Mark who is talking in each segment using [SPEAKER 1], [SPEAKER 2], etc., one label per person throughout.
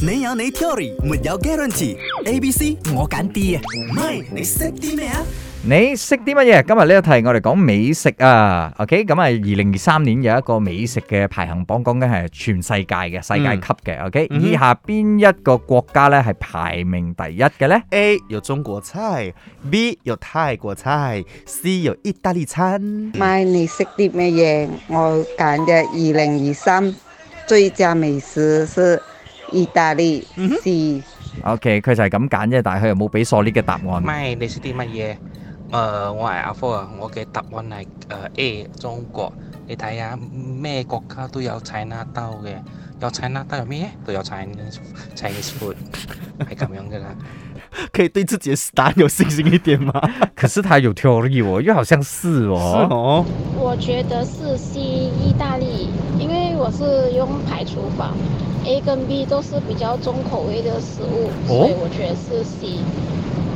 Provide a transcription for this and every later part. [SPEAKER 1] 你有你 theory，沒有 guarantee。A、B、C 我揀 D 啊，唔係你識啲咩啊？
[SPEAKER 2] 你識啲乜嘢？今日呢一題我哋講美食啊，OK，咁啊，二零二三年有一個美食嘅排行榜，講緊係全世界嘅世界級嘅，OK，
[SPEAKER 3] 嗯哼
[SPEAKER 2] 以下邊一個國家呢係排名第一嘅呢？
[SPEAKER 3] A 有中國菜，B 有泰國菜，C 有意大利餐。
[SPEAKER 4] My 你識啲咩嘢？我揀嘅二零二三最佳美食是意大利，是
[SPEAKER 2] OK，佢就係咁揀啫，但係佢又冇俾索呢嘅答案。
[SPEAKER 5] 咪你識啲乜嘢？誒、我係阿科啊，我嘅答案係誒、A 呃中國。你睇下咩國家都有 China 兜嘅，有 China 兜有咩？都有 Chinese Chinese food，係咁樣噶啦。
[SPEAKER 3] 可以對自己的答案有信心一點嗎？
[SPEAKER 2] 可是他有 theory 哦，又好像是
[SPEAKER 3] 是
[SPEAKER 2] 哦。
[SPEAKER 3] 哦，
[SPEAKER 6] 我觉得是 C 意大利，因为我是用排除法，A 跟 B 都是比较重口味的食物，所以我觉得是 C。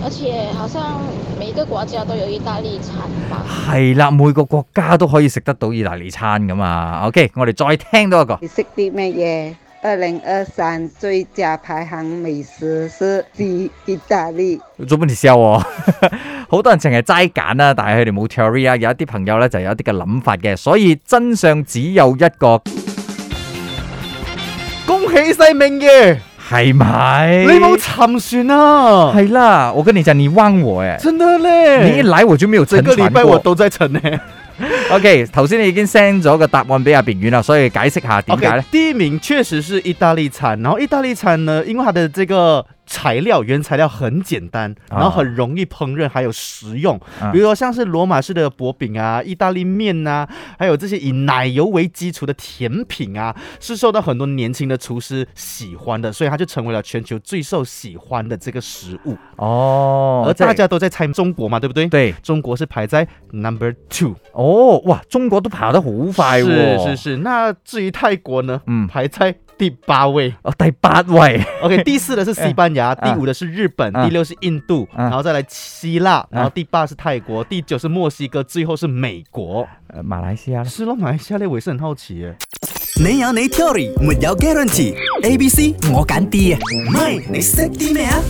[SPEAKER 6] 而且好像每个国家都有意大利餐吧。
[SPEAKER 2] 係啦，每個國家都可以食得到意大利餐噶嘛。OK，我哋再聽多一個。
[SPEAKER 4] 你識啲咩嘢？二零二三最佳排行美食是 C 意大利。
[SPEAKER 2] 做乜你笑我？ 好多人淨係齋揀啦，但係佢哋冇 theory 啊。有一啲朋友咧就有一啲嘅諗法嘅，所以真相只有一個，
[SPEAKER 3] 恭喜晒明爺，
[SPEAKER 2] 係咪？
[SPEAKER 3] 你冇沉船啊！
[SPEAKER 2] 係啦，我跟你講，你忘我誒，
[SPEAKER 3] 真的
[SPEAKER 2] 你
[SPEAKER 3] 嘞，
[SPEAKER 2] 一來我就沒有
[SPEAKER 3] 整
[SPEAKER 2] 沉
[SPEAKER 3] 個禮
[SPEAKER 2] 船
[SPEAKER 3] 拜我
[SPEAKER 2] 過。
[SPEAKER 3] 都在沉呢。
[SPEAKER 2] OK，頭先你已經 send 咗個答案俾阿炳遠啦，所以解釋下點解咧
[SPEAKER 3] OK，第一名确实是意大利餐，然后意大利餐呢，因为它的这个材料原材料很简单，
[SPEAKER 2] 啊
[SPEAKER 3] 然后很容易烹饪，还有食用，
[SPEAKER 2] 啊
[SPEAKER 3] 比如说像是罗马式的薄饼啊、意大利面呐、还有这些以奶油为基础的甜品啊，是受到很多年轻的厨师喜欢的，所以它就成为了全球最受喜欢的这个食物。
[SPEAKER 2] 哦，
[SPEAKER 3] 而
[SPEAKER 2] 即係
[SPEAKER 3] 大家都在猜中国嘛，对不对？。
[SPEAKER 2] 對
[SPEAKER 3] 中国是排在 number two，
[SPEAKER 2] 哦，哇，中國都爬得好快喎、
[SPEAKER 3] 是是是。那至于泰国呢？
[SPEAKER 2] 哦嗯
[SPEAKER 3] 排在第八位。
[SPEAKER 2] 哦，第八位
[SPEAKER 3] OK，第四的是西班牙，第
[SPEAKER 2] 啊
[SPEAKER 3] 五的是日本，
[SPEAKER 2] 啊
[SPEAKER 3] 第六是印度，
[SPEAKER 2] 啊
[SPEAKER 3] 然后再来希腊，然后第八是泰国，第九是墨西哥，最后是美国。
[SPEAKER 2] 呃馬來西亞啦。
[SPEAKER 3] 是咯，马来西亚嘞，我也是很好奇耶。
[SPEAKER 1] 你有你 theory，沒有 guarantee。A、B、C 我揀 D 啊，唔係你識啲咩啊？